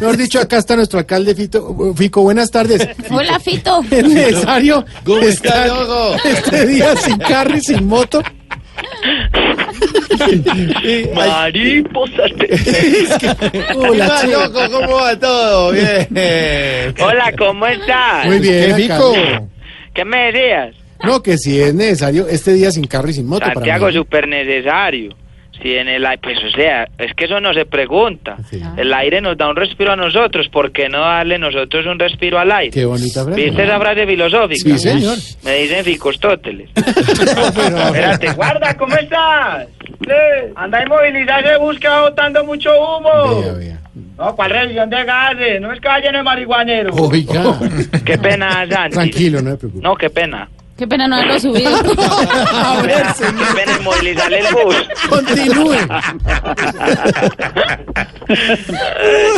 Mejor dicho, acá está nuestro alcalde Fito, Fico. Buenas tardes. Hola, Fito. Es necesario ¿Cómo está, estar loco? este día sin carro y sin moto. Mariposas. Es que- uh, la Ah, chica. loco, ¿cómo va todo? Bien. Hola, ¿cómo estás? Muy bien, ¿Qué, Fico. Fico? ¿Qué me dirías? No, que si es necesario este día sin carro y sin moto. para Santiago, mí. súper necesario. Si en el aire, pues o sea, es que eso no se pregunta. Sí. El aire nos da un respiro a nosotros, ¿por qué no darle nosotros un respiro al aire? Qué bonita frase. ¿Viste esa frase filosófica? Sí, señor. Me dicen Ficostóteles. No, pero- Espérate, guarda, ¿cómo estás? Sí. Anda inmovilizarse, busca botando mucho humo. Vea, vea. No, ¿cuál religión de gases? No es que vaya en el marihuanero. Oiga. Qué pena, Santi. Tranquilo, no te preocupes. No, qué pena. Qué pena no haberlo subido. A Qué ver, pena, señor. qué pena inmovilizarle el bus. Continúe.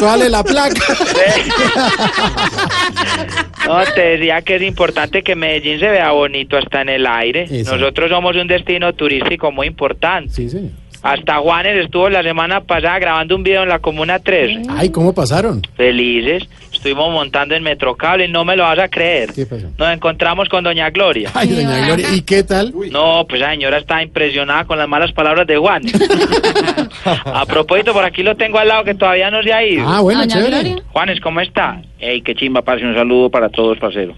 Sale la placa. No, te decía que es importante que Medellín se vea bonito hasta en el aire. Exacto. Nosotros somos un destino turístico muy importante. Sí, señor. Hasta Juanes estuvo la semana pasada grabando un video en la Comuna 13. Ay, ¿cómo pasaron? Felices, estuvimos montando en Metrocable y no me lo vas a creer. ¿Qué pasó? Nos encontramos con Doña Gloria. Ay, doña Gloria, ¿y qué tal? No, pues la señora está impresionada con las malas palabras de Juanes. a propósito, por aquí lo tengo al lado que todavía no se ha ido. Ah, bueno, Doña chévere. Gloria. Juanes, ¿cómo está? Ey, qué chimba, parce, un saludo para todos, parcero.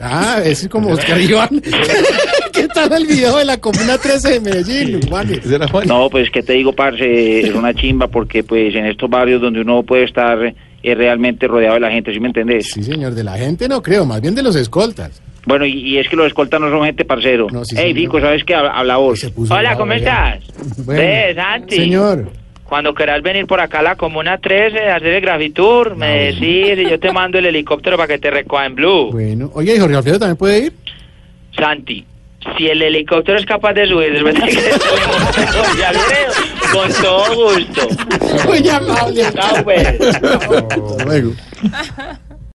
Ah, es como Oscar Iván. ¿Qué tal el video de la Comuna 13 de Medellín, Juanes? Ese era Juan. No, pues, ¿qué te digo, parce? Es una chimba porque, pues, en estos barrios donde uno puede estar eh, es realmente rodeado de la gente, ¿sí me entendés? Sí, señor, de la gente no creo, más bien de los escoltas. Bueno, y, y es que los escoltas no son gente, parcero. No, sí, Ey, señor. Vico, ¿sabes qué? Habla, habla vos. Se puso Hola, bravo, ¿cómo ya. estás? Ve, Santi. Señor, Cuando querás venir por acá a la Comuna 13 a hacer el Grafitur, me decís y yo te mando el helicóptero para que te recoja en Blue. bueno. Oye, ¿y Jorge Alfredo también puede ir? Santi, si el helicóptero es capaz de subir, es verdad que subimos, ya creo, con todo gusto. Muy amable. Chao, pues. Hasta luego.